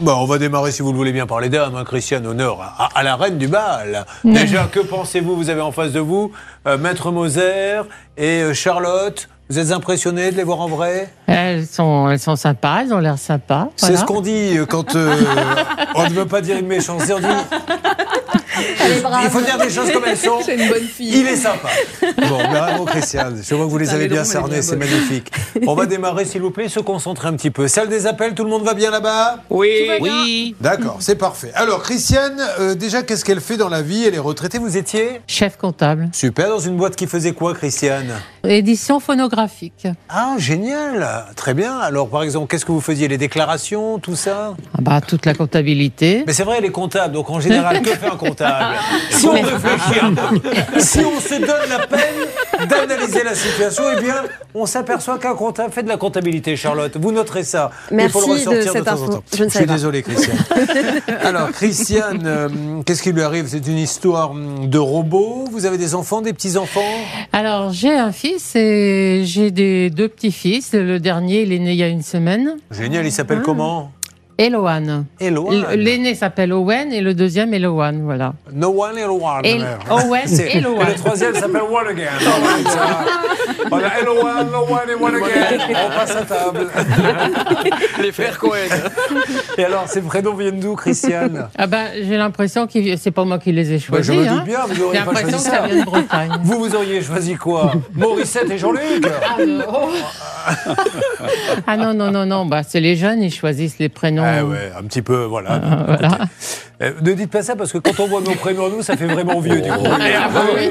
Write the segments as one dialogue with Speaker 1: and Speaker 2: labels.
Speaker 1: Bah, on va démarrer, si vous le voulez bien, par les dames. Hein, Christiane, honneur à, à la reine du bal. Déjà, que pensez-vous Vous avez en face de vous euh, Maître Moser et euh, Charlotte. Vous êtes impressionné de les voir en vrai
Speaker 2: Elles sont, elles sont sympas, elles ont l'air sympas.
Speaker 1: C'est ce qu'on dit euh, quand euh, on ne veut pas dire une méchanceté. On dit, il faut dire des choses comme elles sont.
Speaker 3: C'est une bonne fille.
Speaker 1: Il est sympa. Bon, bravo Christiane. Je vois que vous les
Speaker 3: Putain,
Speaker 1: avez
Speaker 3: mais
Speaker 1: bien
Speaker 3: non, mais elle est
Speaker 1: cernés,
Speaker 3: bien
Speaker 1: c'est
Speaker 3: bonne.
Speaker 1: magnifique. On va démarrer, s'il vous plaît, se concentrer un petit peu. Salle des appels, tout le monde va bien là-bas
Speaker 4: Oui,
Speaker 2: Oui.
Speaker 1: D'accord, c'est parfait. Alors Christiane, euh, déjà, qu'est-ce qu'elle fait dans la vie Elle est retraitée, vous étiez
Speaker 2: Chef comptable.
Speaker 1: Super, dans une boîte qui faisait quoi, Christiane
Speaker 2: Édition phonographique.
Speaker 1: Ah, génial Très bien. Alors, par exemple, qu'est-ce que vous faisiez Les déclarations, tout ça
Speaker 2: Ah bah, toute la comptabilité.
Speaker 1: Mais c'est vrai, elle est comptable. Donc, en général, que fait un comptable Si on réfléchit un peu, si on se donne la peine d'analyser la situation, eh bien, on s'aperçoit qu'un comptable fait de la comptabilité, Charlotte. Vous noterez ça. Mais Il faut le
Speaker 5: Merci de
Speaker 1: ressortir de,
Speaker 5: cette
Speaker 1: temps en
Speaker 5: info.
Speaker 1: temps.
Speaker 5: Je ne
Speaker 1: suis
Speaker 5: savais pas.
Speaker 1: désolé, Christiane. Alors, Christiane, euh, qu'est-ce qui lui arrive C'est une histoire hum, de robot. Vous avez des enfants, des petits-enfants
Speaker 2: Alors, j'ai un fils et j'ai des deux petits-fils. Le dernier, il est né il y a une semaine.
Speaker 1: Génial, il
Speaker 5: Ah.
Speaker 1: s'appelle comment
Speaker 2: Eloane.
Speaker 1: Hello.
Speaker 2: L- L'aîné s'appelle Owen et le deuxième Eloane, voilà.
Speaker 1: No one, hello one.
Speaker 2: El- Owen
Speaker 1: Ah, C'est- et
Speaker 2: Eloane.
Speaker 1: le troisième s'appelle One Again. All right, ça va. On a Hello One, No One et One Again. On passe à table.
Speaker 4: les frères Cohen.
Speaker 1: Et alors, ces prénoms viennent d'où, Christiane
Speaker 2: Ah bah, j'ai l'impression que c'est pas moi qui les ai
Speaker 1: Bah, Je
Speaker 2: choisis.
Speaker 1: me
Speaker 2: hein.
Speaker 1: doute bien, vous
Speaker 2: J'ai
Speaker 1: n'auriez pas
Speaker 2: l'impression
Speaker 1: choisi
Speaker 2: que ça
Speaker 1: ça.
Speaker 2: vient de Bretagne.
Speaker 1: Vous, vous auriez choisi quoi Morissette et Jean-Luc
Speaker 2: Ah non, non, non, non, bah, c'est les jeunes, ils choisissent les prénoms.
Speaker 1: Eh ouais, un petit peu, voilà.
Speaker 2: Voilà.
Speaker 1: Euh, ne dites pas ça parce que quand on voit nos prénoms, nous, ça fait vraiment vieux, du coup. Ah Hervé,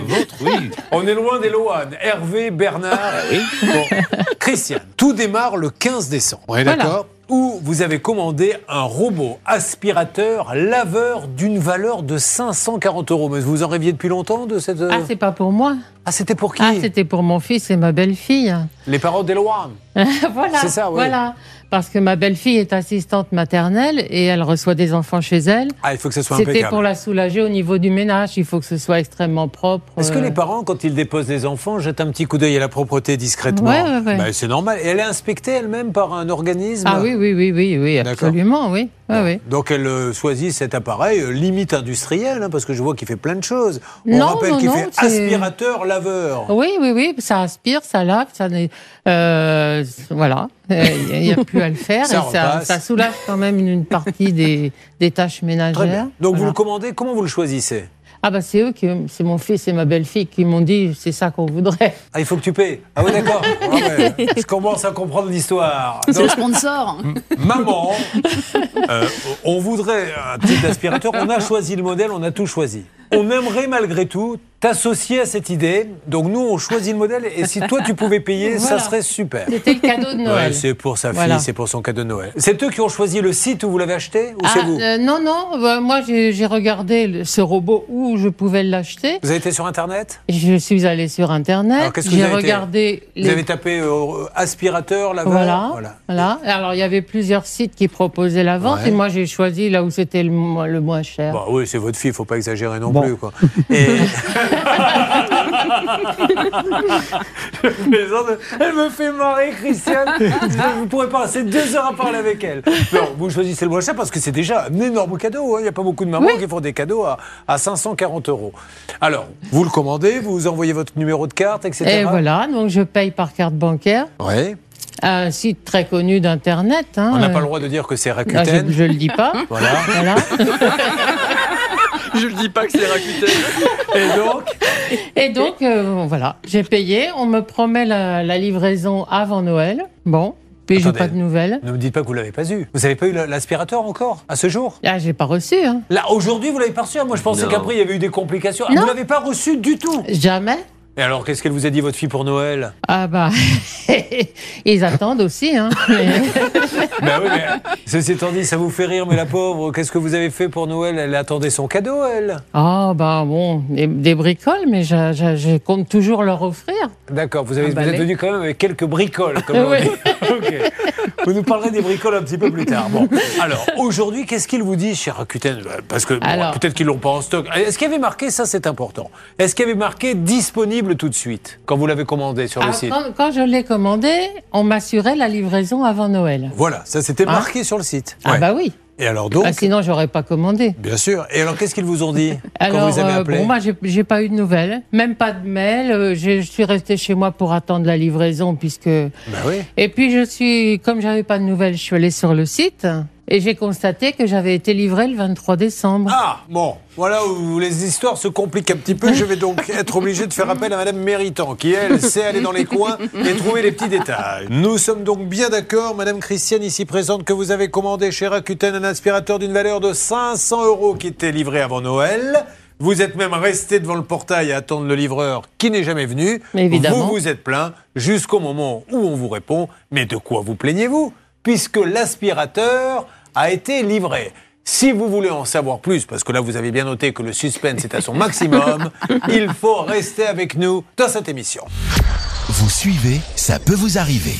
Speaker 1: On est loin des Lohan. Hervé, Bernard.
Speaker 2: Ah bah
Speaker 1: Bon. Christian, tout démarre le 15 décembre. On est
Speaker 2: Voilà.
Speaker 1: d'accord Où vous avez commandé un robot aspirateur laveur d'une valeur de 540 euros. Mais vous en rêviez depuis longtemps de cette. euh,
Speaker 2: Ah, c'est pas pour moi.
Speaker 1: Ah, c'était pour qui
Speaker 2: Ah, c'était pour mon fils et ma belle-fille.
Speaker 1: Les parents des Lohan.
Speaker 2: voilà.
Speaker 1: C'est ça, oui.
Speaker 2: Voilà. Parce que ma belle-fille est assistante maternelle et elle reçoit des enfants chez elle.
Speaker 1: Ah, il faut que ce soit
Speaker 2: C'était
Speaker 1: impeccable.
Speaker 2: pour la soulager au niveau du ménage. Il faut que ce soit extrêmement propre.
Speaker 1: Est-ce que
Speaker 2: euh,
Speaker 1: les parents, quand ils déposent les enfants, jettent un petit coup d'œil à la propreté discrètement
Speaker 2: Ouais, ouais, ouais.
Speaker 1: Bah, C'est normal. Et elle est inspectée elle-même par un organisme
Speaker 2: Ah oui, oui, oui, oui, oui,
Speaker 1: D'accord.
Speaker 2: absolument, oui. Ah, oui.
Speaker 1: Donc elle euh, choisit cet appareil euh, limite industriel, hein, parce que je vois qu'il fait plein de choses. On
Speaker 2: Non,
Speaker 1: rappelle
Speaker 2: non,
Speaker 1: qu'il
Speaker 2: non,
Speaker 1: fait
Speaker 2: c'est- Oh,
Speaker 1: aspirateur, laveur.
Speaker 2: Oui, oui, oui, ça aspire, ça lave, ça. n'est- euh, voilà, il n'y a plus à le faire.
Speaker 1: Ça
Speaker 2: et ça,
Speaker 1: repasse.
Speaker 2: ça soulage quand même une, une partie des, des tâches ménagères.
Speaker 1: Très bien. Donc vous
Speaker 2: Voilà.
Speaker 1: le commandez, comment vous le choisissez
Speaker 2: Ah, bah c'est eux, qui, c'est mon fils et ma belle-fille qui m'ont dit c'est ça qu'on voudrait.
Speaker 1: Ah, il faut que tu payes. Ah oui, d'accord. Ah ouais. Je commence à comprendre l'histoire.
Speaker 3: C'est
Speaker 1: Donc,
Speaker 3: le sponsor.
Speaker 1: maman, euh, on voudrait un type d'aspirateur. On a choisi le modèle, on a tout choisi. On aimerait malgré tout t'associer à cette idée. Donc nous, on choisit le modèle. Et si toi, tu pouvais payer,
Speaker 2: Voilà.
Speaker 1: ça serait super.
Speaker 2: C'était le cadeau de Noël.
Speaker 1: Ouais, c'est pour sa fille,
Speaker 2: Voilà.
Speaker 1: c'est pour son cadeau de Noël. C'est eux qui ont choisi le site où vous l'avez acheté ou c'est
Speaker 2: Ah,
Speaker 1: vous
Speaker 2: euh, non, non, bah, moi j'ai j'ai regardé le- ce robot où je pouvais l'acheter.
Speaker 1: Vous avez été sur Internet
Speaker 2: Je suis allée sur
Speaker 1: Alors,
Speaker 2: Internet,
Speaker 1: qu'est-ce que vous
Speaker 2: j'ai
Speaker 1: avez été-
Speaker 2: regardé
Speaker 1: Vous
Speaker 2: les-
Speaker 1: avez tapé euh, aspirateur, laveur
Speaker 2: Voilà, voilà. Alors, il y avait plusieurs sites qui proposaient la vente
Speaker 1: Ouais.
Speaker 2: et moi, j'ai choisi là où c'était le, mo- le moins cher.
Speaker 1: Bah oui, c'est votre fille, faut pas exagérer non
Speaker 2: Bon.
Speaker 1: plus. Quoi. Et... Je plaisante. elle me fait marrer, Christiane. Vous pourrez passer deux heures à parler avec elle. Non, vous choisissez le moins cher parce que c'est déjà un énorme cadeau. hein. Il n'y a pas beaucoup de mamans qui font des cadeaux à, à 540 euros. Alors, vous le commandez, vous envoyez votre numéro de carte, etc.
Speaker 2: et voilà, donc je paye par carte bancaire
Speaker 1: Ouais.
Speaker 2: à un site très connu d'Internet. hein.
Speaker 1: On n'a pas
Speaker 2: Euh,
Speaker 1: le droit de dire que c'est
Speaker 2: ah, je
Speaker 1: Rakuten.
Speaker 2: ne le dis pas.
Speaker 1: Voilà.
Speaker 2: Voilà.
Speaker 4: Je le dis pas que c'est Rakuten.
Speaker 1: Et donc,
Speaker 2: Et donc, euh, voilà, j'ai payé. On me promet la, la livraison avant Noël. Bon, puis j'ai
Speaker 1: Attendez.
Speaker 2: pas de nouvelles.
Speaker 1: ne me dites pas que vous l'avez pas eu. Vous n'avez pas eu la- l'aspirateur encore à ce jour
Speaker 2: Ah, j'ai pas reçu. hein.
Speaker 1: Là, aujourd'hui, vous l'avez pas reçu. hein. Moi, je pensais
Speaker 4: Non.
Speaker 1: qu'après, il y avait eu des complications. Ah,
Speaker 2: Non.
Speaker 1: vous l'avez pas reçu du tout.
Speaker 2: Jamais.
Speaker 1: Et alors, qu'est-ce qu'elle vous a dit, votre fille, pour Noël
Speaker 2: Ah bah, ils attendent aussi. Hein. Mais-
Speaker 1: Ben oui, mais ceci étant dit, ça vous fait rire, mais la pauvre, qu'est-ce que vous avez fait pour Noël Elle attendait son cadeau, elle.
Speaker 2: Ah bah bon, des, des bricoles, mais je, je- je compte toujours leur offrir.
Speaker 1: D'accord, vous, avez,
Speaker 3: Un
Speaker 1: vous êtes
Speaker 3: balai.
Speaker 1: venu quand même avec quelques bricoles, comme on
Speaker 2: Ah, bah, Oui.
Speaker 1: dit. Ok. Vous nous parlerez des bricoles un petit peu plus tard. Bon, alors aujourd'hui, qu'est-ce qu'il vous dit, cher Rakuten Parce que bon,
Speaker 2: Alors.
Speaker 1: peut-être qu'ils l'ont pas en stock. Est-ce qu'il y avait marqué, ça c'est important, est-ce qu'il y avait marqué disponible tout de suite quand vous l'avez commandé sur le
Speaker 2: Ah,
Speaker 1: site
Speaker 2: quand, quand je l'ai commandé, on m'assurait la livraison avant Noël.
Speaker 1: Voilà, ça c'était
Speaker 2: Hein
Speaker 1: marqué sur le site.
Speaker 2: Ah
Speaker 1: Ouais.
Speaker 2: bah oui.
Speaker 1: Et alors donc
Speaker 2: Ah, sinon, j'aurais pas commandé.
Speaker 1: Bien sûr. Et alors, qu'est-ce qu'ils vous ont dit quand
Speaker 2: Alors,
Speaker 1: vous avez
Speaker 2: euh,
Speaker 1: appelé
Speaker 2: bon, moi, j'ai- j'ai pas eu de nouvelles, même pas de mail. euh, j'ai- je suis restée chez moi pour attendre la livraison, puisque.
Speaker 1: Ben oui.
Speaker 2: Et puis, je suis, comme j'avais pas de nouvelles, je suis allée sur le site et j'ai constaté que j'avais été livrée le 23 décembre.
Speaker 1: Ah, bon, voilà où les histoires se compliquent un petit peu. Je vais donc être obligé de faire appel à Madame Méritant, qui, elle, sait aller dans les coins et trouver les petits détails. Nous sommes donc bien d'accord, Madame Christiane, ici présente, que vous avez commandé chez Rakuten un aspirateur d'une valeur de 500 euros qui était livré avant Noël. Vous êtes même resté devant le portail à attendre le livreur qui n'est jamais venu.
Speaker 2: Mais évidemment.
Speaker 1: Vous vous êtes plaint jusqu'au moment où on vous répond Mais de quoi vous plaignez-vous Puisque l'aspirateur a été livré. Si vous voulez en savoir plus, parce que là vous avez bien noté que le suspense est à son maximum, il faut rester avec nous dans cette émission.
Speaker 3: Vous suivez, ça peut vous arriver.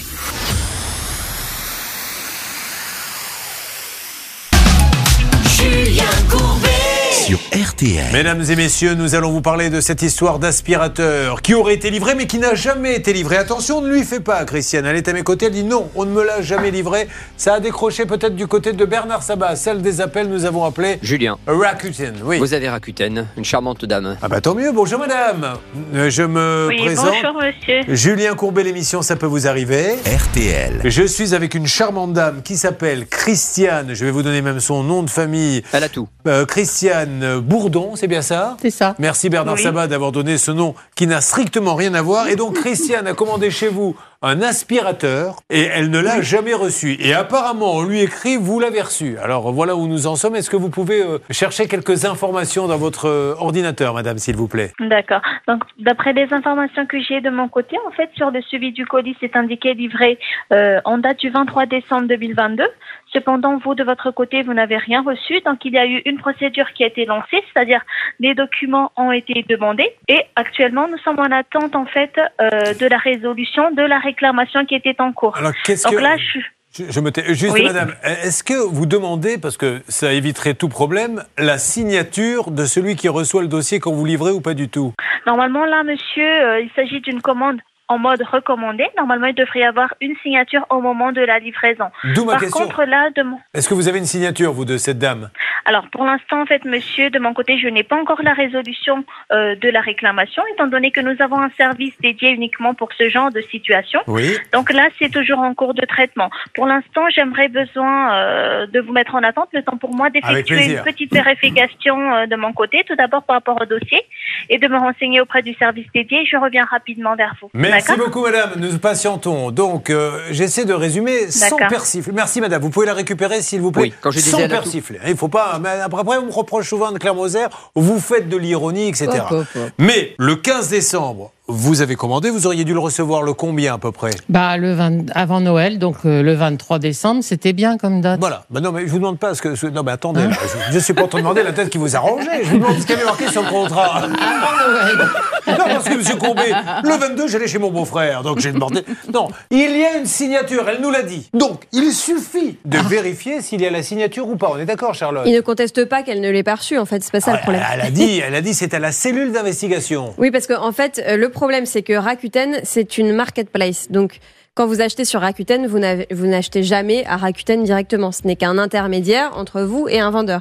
Speaker 3: Julien Courbet sur RTL.
Speaker 1: Mesdames et messieurs, nous allons vous parler de cette histoire d'aspirateur qui aurait été livré mais qui n'a jamais été livré. Attention, ne lui fait pas, Christiane. Elle est à mes côtés, elle dit non, on ne me l'a jamais livré. Ça a décroché peut-être du côté de Bernard Sabat, celle des appels, nous avons appelé
Speaker 4: Julien,
Speaker 1: Rakuten. Oui.
Speaker 4: vous avez Rakuten, une charmante dame.
Speaker 1: Ah bah tant mieux, bonjour madame. Euh, Je me
Speaker 5: Oui,
Speaker 1: présente.
Speaker 5: bonjour monsieur.
Speaker 1: Julien Courbet, l'émission Ça peut vous arriver.
Speaker 3: RTL.
Speaker 1: Je suis avec une charmante dame qui s'appelle Christiane, je vais vous donner même son nom de famille,
Speaker 4: Elle a tout.
Speaker 1: Euh, Christiane Bourdon, c'est bien ça
Speaker 2: C'est ça.
Speaker 1: Merci Bernard
Speaker 5: Oui.
Speaker 1: Sabat d'avoir donné ce nom qui n'a strictement rien à voir. Et donc Christiane a commandé chez vous un aspirateur et elle ne l'a jamais reçu. Et apparemment, on lui écrit, vous l'avez reçu. Alors voilà où nous en sommes. Est-ce que vous pouvez euh, chercher quelques informations dans votre euh, ordinateur, madame, s'il vous plaît
Speaker 5: D'accord. Donc, d'après les informations que j'ai de mon côté, en fait, sur le suivi du colis, c'est indiqué livré euh, en date du 23 décembre 2022. Cependant, vous, de votre côté, vous n'avez rien reçu. Donc, il y a eu une procédure qui a été lancée, c'est-à-dire les documents ont été demandés. Et actuellement, nous sommes en attente, en fait, euh, de la résolution de la réclamation qui était en cours.
Speaker 1: Alors qu'est-ce que...
Speaker 5: Donc là, je suis...
Speaker 1: Je, je me tais. Juste,
Speaker 5: Oui.
Speaker 1: madame, est-ce que vous demandez, parce que ça éviterait tout problème, la signature de celui qui reçoit le dossier quand vous livrez ou pas du tout
Speaker 5: Normalement, là, monsieur, euh, il s'agit d'une commande en mode recommandé. Normalement, il devrait y avoir une signature au moment de la livraison.
Speaker 1: D'où ma
Speaker 5: Par
Speaker 1: question.
Speaker 5: contre, là, de mon...
Speaker 1: Est-ce que vous avez une signature, vous, de cette dame
Speaker 5: Alors, pour l'instant, en fait, monsieur, de mon côté, je n'ai pas encore la résolution euh, de la réclamation, étant donné que nous avons un service dédié uniquement pour ce genre de situation.
Speaker 1: Oui.
Speaker 5: Donc là, c'est toujours en cours de traitement. Pour l'instant, j'aimerais besoin euh, de vous mettre en attente le temps pour moi
Speaker 1: Avec
Speaker 5: d'effectuer
Speaker 1: plaisir.
Speaker 5: une petite vérification euh, de mon côté, tout d'abord par rapport au dossier, et de me renseigner auprès du service dédié. Je reviens rapidement vers vous.
Speaker 1: Merci
Speaker 5: D'accord
Speaker 1: beaucoup, madame. Nous patientons. Donc, euh, j'essaie de résumer sans
Speaker 5: D'accord.
Speaker 1: persifler. Merci, madame. Vous pouvez la récupérer, s'il vous plaît.
Speaker 4: Oui, quand je disais
Speaker 1: sans
Speaker 4: à la tout-
Speaker 1: persifler. Il faut pas. mais Après, après, on me reproche souvent de Claire Moser. Vous faites de l'ironie, etc.
Speaker 2: Hop, hop, hop.
Speaker 1: Mais le 15 décembre, vous avez commandé. Vous auriez dû le recevoir le combien à peu près
Speaker 2: Bah, le 20 avant Noël, donc euh, le 23 décembre, c'était bien comme date.
Speaker 1: Voilà. Bah non, mais je vous demande pas ce que. ce- Non, mais attendez.
Speaker 6: Hein
Speaker 1: là, je, je suis pas en train de demander la tête qui vous a rangé. Je vous demande ce qu'il y avait marqué sur le contrat.
Speaker 6: Ah,
Speaker 1: Non, parce que M. Courbet, le 22, j'allais chez mon beau-frère, donc j'ai demandé. Non, il y a une signature, elle nous l'a dit. Donc, il suffit de vérifier s'il y a la signature ou pas. On est d'accord, Charlotte
Speaker 6: Ah. Il ne conteste pas qu'elle ne l'ait pas reçue, en fait, c'est pas ça
Speaker 1: Ah,
Speaker 6: le problème.
Speaker 1: Elle a dit, elle a dit, c'est à la cellule d'investigation.
Speaker 6: Oui, parce que en fait, euh, le problème, c'est que Rakuten, c'est une marketplace. Donc, quand vous achetez sur Rakuten, vous n'avez- vous n'achetez jamais à Rakuten directement. Ce n'est qu'un intermédiaire entre vous et un vendeur.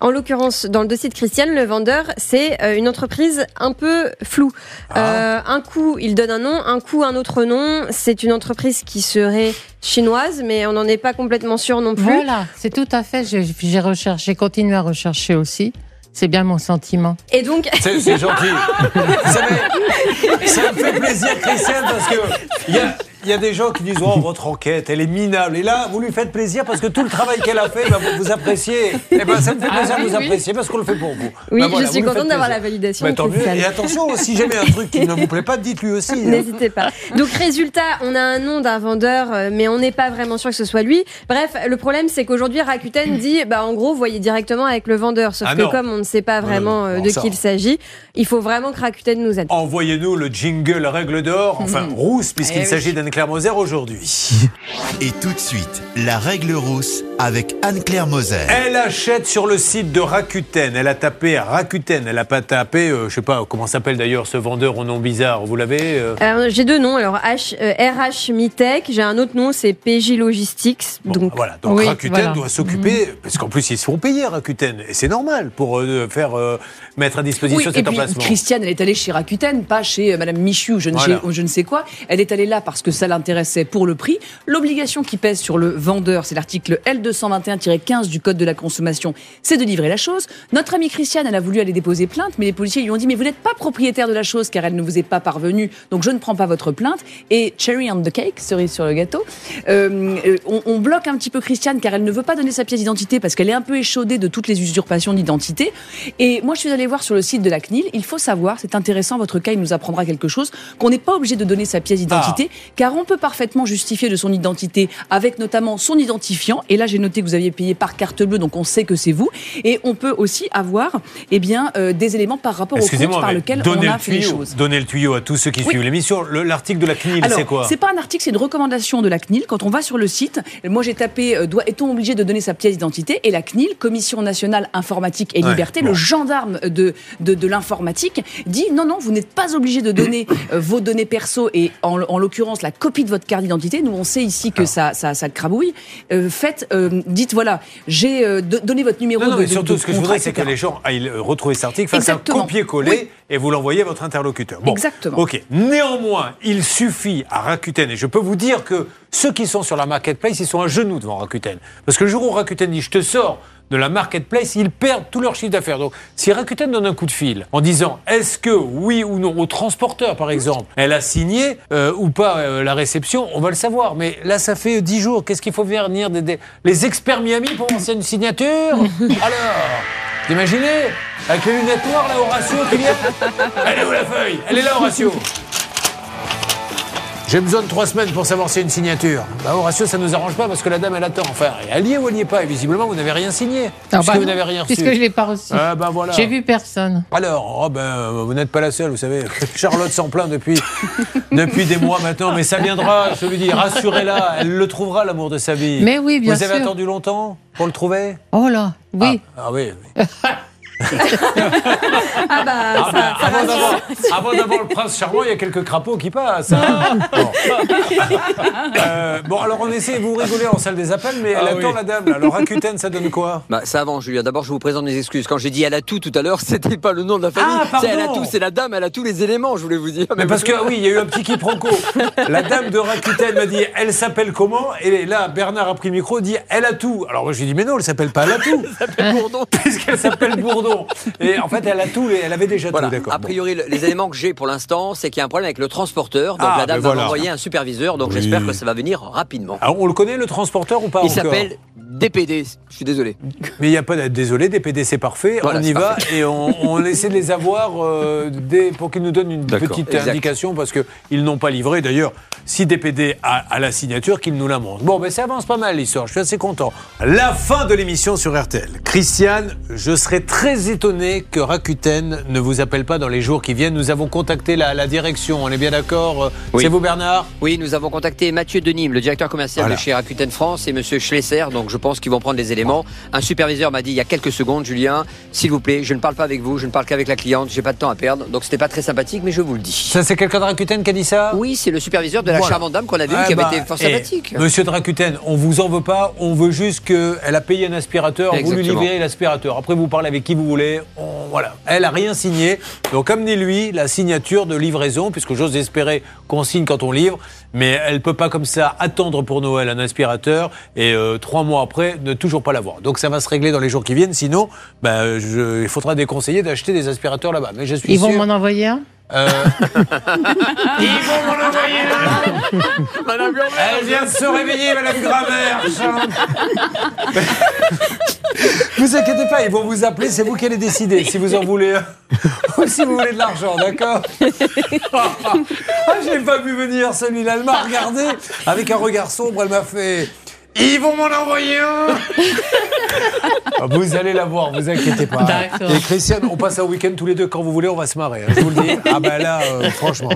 Speaker 6: En l'occurrence, dans le dossier de Christiane, le vendeur, c'est euh, une entreprise un peu floue.
Speaker 1: Ah.
Speaker 6: Euh, un coup, il donne un nom, un coup, un autre nom. C'est une entreprise qui serait chinoise, mais on n'en est pas complètement sûr non plus.
Speaker 2: Voilà, c'est tout à fait. J'ai j'ai recherché, j'ai continué à rechercher aussi. C'est bien mon sentiment.
Speaker 6: Et donc,
Speaker 1: C'est c'est gentil. ça, me, ça me fait plaisir, Christiane, parce que il y a, il y a des gens qui disent Oh, votre enquête, elle est minable. Et là, vous lui faites plaisir parce que tout le travail qu'elle a fait, bah, vous, vous appréciez. Et ben, ça me fait
Speaker 2: Ah
Speaker 1: plaisir de
Speaker 2: oui,
Speaker 1: vous
Speaker 2: oui.
Speaker 1: apprécier parce qu'on le fait pour vous.
Speaker 6: oui,
Speaker 1: Bah, voilà,
Speaker 6: je suis
Speaker 1: vous lui
Speaker 6: contente
Speaker 1: faites
Speaker 6: d'avoir la
Speaker 1: plaisir.
Speaker 6: validation.
Speaker 1: Bah,
Speaker 6: de
Speaker 1: tant mieux.
Speaker 6: Christiane.
Speaker 1: Et attention, si jamais un truc qui ne vous plaît pas, dites-lui aussi. hein.
Speaker 6: N'hésitez pas. Donc résultat, on a un nom d'un vendeur, euh, mais on n'est pas vraiment sûr que ce soit lui. Bref, le problème c'est qu'aujourd'hui Rakuten dit, bah en gros, voyez directement avec le vendeur. Sauf
Speaker 1: Ah
Speaker 6: que
Speaker 1: non.
Speaker 6: comme on ne sait pas vraiment
Speaker 1: Ouais,
Speaker 6: euh,
Speaker 1: bon,
Speaker 6: de
Speaker 1: ça.
Speaker 6: qui il s'agit, il faut vraiment que Rakuten nous aide.
Speaker 1: Envoyez-nous le jingle règle d'or, enfin
Speaker 6: Eh
Speaker 1: rousse, puisqu'il s'agit d'Anne-Claire Moser aujourd'hui.
Speaker 3: Et tout de suite, la règle rousse avec Anne-Claire Moser.
Speaker 1: Elle achète sur le site de Rakuten. Elle a tapé Rakuten. Elle a pas tapé, euh, je sais pas comment s'appelle d'ailleurs ce vendeur au nom bizarre. Vous l'avez euh,
Speaker 6: Alors, j'ai deux noms. Alors, H, euh, RH Mitech. J'ai un autre nom, c'est PJ Logistics.
Speaker 1: Bon,
Speaker 6: donc,
Speaker 1: voilà, donc
Speaker 2: Oui,
Speaker 1: Rakuten
Speaker 2: voilà.
Speaker 1: doit s'occuper,
Speaker 7: Mhm.
Speaker 1: parce qu'en plus ils se font payer Rakuten, et c'est normal pour euh, faire euh, mettre à disposition
Speaker 7: et
Speaker 1: cet
Speaker 7: puis
Speaker 1: emplacement.
Speaker 7: Christiane, elle est allée chez Rakuten, pas chez euh, Madame Michu ou je, ne
Speaker 1: Voilà.
Speaker 7: sais- ou je ne sais quoi. Elle est allée là parce que ça l'intéressait pour le prix. L'obligation qui pèse sur le vendeur, c'est l'article L221-15 du Code de la consommation, c'est de livrer la chose. Notre amie Christiane, elle a voulu aller déposer plainte, mais les policiers lui ont dit Mais vous n'êtes pas propriétaire de la chose car elle ne vous est pas parvenue, donc je ne prends pas votre plainte. Et cherry on the cake, cerise sur le gâteau, euh, euh, on, on bloque un petit peu Christiane car elle ne veut pas donner sa pièce d'identité parce qu'elle est un peu échaudée de toutes les usurpations d'identité. Et moi, je suis allée voir sur le site de la CNIL. Il faut savoir, c'est intéressant, votre cas, il nous apprendra quelque chose, qu'on n'est pas obligé de donner sa pièce d'identité,
Speaker 1: Ah.
Speaker 7: car on peut parfaitement justifier de son identité avec notamment son identifiant. Et là, j'ai noté que vous aviez payé par carte bleue, donc on sait que c'est vous. Et on peut aussi avoir, eh bien, euh, des éléments par rapport au compte
Speaker 1: Excusez-moi,
Speaker 7: par
Speaker 1: mais
Speaker 7: lequel on
Speaker 1: donnez
Speaker 7: a
Speaker 1: le
Speaker 7: fait les
Speaker 1: tuyau,
Speaker 7: choses.
Speaker 1: donnez le tuyau à tous ceux qui
Speaker 7: Oui.
Speaker 1: suivent l'émission. Le- L'article de la CNIL,
Speaker 7: Alors,
Speaker 1: c'est quoi
Speaker 7: pas un article, c'est une recommandation de la CNIL. Quand on va sur le site, moi j'ai tapé euh, doit- est-on obligé de donner sa pièce d'identité Et la CNIL, Commission nationale informatique et
Speaker 1: Ouais,
Speaker 7: liberté,
Speaker 1: bon.
Speaker 7: le gendarme de, de, de l'informatique, dit non, non, vous n'êtes pas obligé de donner euh, vos données perso et en, en l'occurrence la copie de votre carte d'identité. Nous on sait ici que ça, ça, ça crabouille. Euh, faites, euh, dites voilà, j'ai euh, do- donné votre numéro
Speaker 1: Non, non,
Speaker 7: de,
Speaker 1: mais
Speaker 7: de-
Speaker 1: surtout,
Speaker 7: de
Speaker 1: ce que je
Speaker 7: contrat,
Speaker 1: voudrais, c'est que
Speaker 7: etc.
Speaker 1: les gens aillent euh, retrouver cet article, fassent un
Speaker 7: Exactement.
Speaker 1: copier-coller
Speaker 7: Oui.
Speaker 1: et vous l'envoyez à votre interlocuteur. Bon.
Speaker 7: Exactement.
Speaker 1: Ok. Néanmoins, il suffit à Rakuten, et je peux vous dire que ceux qui sont sur la marketplace, ils sont à genoux devant Rakuten. Parce que le jour où Rakuten dit je te sors de la marketplace, ils perdent tout leur chiffre d'affaires. Donc, si Rakuten donne un coup de fil en disant est-ce que oui ou non au transporteur, par exemple, elle a signé euh, ou pas euh, la réception, on va le savoir. Mais là, ça fait 10 jours. Qu'est-ce qu'il faut faire venir des, des- les experts Miami pour ancienne une signature Alors. T'imaginez Avec les lunettes noires, là, Horatio qui vient Elle est où la feuille Elle est là, Horatio J'ai besoin de trois semaines pour savoir si c'est une signature. Bah, Horatio, ça nous arrange pas parce que la dame, elle attend. Enfin, elle y est ou elle n'y est pas Et visiblement, vous n'avez rien signé.
Speaker 2: Ah,
Speaker 1: puisque
Speaker 2: bah
Speaker 1: vous
Speaker 2: non,
Speaker 1: n'avez rien reçu.
Speaker 2: Puisque je l'ai pas reçu.
Speaker 1: Ah, bah, voilà.
Speaker 2: J'ai vu personne.
Speaker 1: Alors, oh, ben, vous n'êtes pas la seule, vous savez. Charlotte s'en plaint depuis, depuis des mois maintenant, mais ça viendra, je lui dis. Rassurez-la, elle le trouvera, l'amour de sa vie.
Speaker 2: Mais oui, bien
Speaker 1: Vous avez
Speaker 2: sûr.
Speaker 1: attendu longtemps pour le trouver
Speaker 2: Oh là, oui.
Speaker 1: Ah, ah oui, oui.
Speaker 6: ah bah,
Speaker 1: Ah bah, avant d'avoir- avant d'avoir le prince charmant, il y a quelques crapauds qui passent. hein. Bon. Euh, bon, alors on essaie, vous rigolez en salle des appels, mais elle
Speaker 4: Ah
Speaker 1: attend
Speaker 4: oui.
Speaker 1: la dame. là. Alors Rakuten, ça donne quoi
Speaker 4: Bah, ça avant, Julien. D'abord, je vous présente mes excuses. Quand j'ai dit elle a tout tout à l'heure, c'était pas le nom de la famille.
Speaker 1: Ah, pardon.
Speaker 4: c'est elle a tout, c'est la dame, elle a tous les éléments, je voulais vous dire.
Speaker 1: mais parce que oui, il y a eu un petit quiproquo. La dame de Rakuten m'a dit elle s'appelle comment Et là, Bernard a pris le micro, dit elle a tout. Alors moi, je lui ai dit mais non, elle s'appelle pas elle a tout,
Speaker 4: Bourdon.
Speaker 1: puisqu'elle s'appelle Bourdon. Et en fait, elle a tout, et elle avait déjà
Speaker 4: Voilà.
Speaker 1: tout, Ah, d'accord.
Speaker 4: A
Speaker 1: bon.
Speaker 4: priori, le- les éléments que j'ai pour l'instant, c'est qu'il y a un problème avec le transporteur. Donc
Speaker 1: Ah,
Speaker 4: la dame
Speaker 1: ben
Speaker 4: va
Speaker 1: voilà.
Speaker 4: m'envoyer un superviseur. Donc j'espère que ça va venir rapidement.
Speaker 1: Alors, on le connaît le transporteur ou pas
Speaker 4: Il
Speaker 1: encore
Speaker 4: s'appelle DPD. Je suis désolé.
Speaker 1: Mais il n'y a pas d'être désolé, des PDC parfaits,
Speaker 4: Voilà,
Speaker 1: on y
Speaker 4: c'est
Speaker 1: va et on, on essaie de les avoir euh, dès- pour qu'ils nous donnent une
Speaker 4: D'accord,
Speaker 1: petite
Speaker 4: exact.
Speaker 1: indication parce qu'ils n'ont pas livré. D'ailleurs, si DPD a, a la signature, qu'ils nous la montrent. Bon, ben ça avance pas mal l'histoire, je suis assez content. La fin de l'émission sur RTL. Christiane, je serais très étonné que Rakuten ne vous appelle pas dans les jours qui viennent. Nous avons contacté la, la direction, on est bien d'accord euh,
Speaker 4: Oui.
Speaker 1: C'est vous Bernard
Speaker 4: Oui, nous avons contacté Mathieu Denim, le directeur commercial
Speaker 1: Voilà.
Speaker 4: de chez Rakuten France, et Monsieur Schlesser, donc je pense qu'ils vont prendre les éléments. Un superviseur m'a dit il y a quelques secondes, Julien, s'il vous plaît, je ne parle pas avec vous, je ne parle qu'avec la cliente, j'ai pas de temps à perdre, donc c'était pas très sympathique, mais je vous le dis.
Speaker 1: Ça, c'est quelqu'un de Rakuten qui a dit ça
Speaker 4: Oui, c'est le superviseur de la
Speaker 1: Voilà.
Speaker 4: charmante dame qu'on a vu,
Speaker 1: Ah
Speaker 4: qui
Speaker 1: bah,
Speaker 4: avait été fort
Speaker 1: eh,
Speaker 4: sympathique.
Speaker 1: Monsieur Dracuten, on vous en veut pas, on veut juste qu'elle a payé un aspirateur, vous lui
Speaker 4: Exactement.
Speaker 1: libérez l'aspirateur. Après, vous parlez avec qui vous voulez, on- voilà. Elle a rien signé, donc amenez-lui la signature de livraison, puisque j'ose espérer qu'on signe quand on livre, mais elle peut pas comme ça attendre pour Noël un aspirateur et euh, trois mois après ne toujours pas l'avoir. Donc ça va se régler dans les jours qui viennent, sinon ben, je- il faudra déconseiller d'acheter des aspirateurs là-bas. Mais je suis
Speaker 2: Ils vont
Speaker 1: sûr-
Speaker 2: m'en envoyer un
Speaker 1: euh, Ils vont m'en envoyer un. Elle vient de se réveiller, Madame Grammaire Vous inquiétez pas, ils vont vous appeler, c'est vous qui allez décider si vous en voulez un ou si vous voulez de l'argent, d'accord Ah, je l'ai pas vu venir celui-là, elle m'a regardé avec un regard sombre, elle m'a fait Ils vont m'en envoyer un Ah, Vous allez la voir, vous inquiétez pas.
Speaker 2: D'accord.
Speaker 1: Et Christiane, on passe un week-end tous les deux quand vous voulez, on va se marrer. hein, je vous le dis. Ah bah là, euh, ben franchement.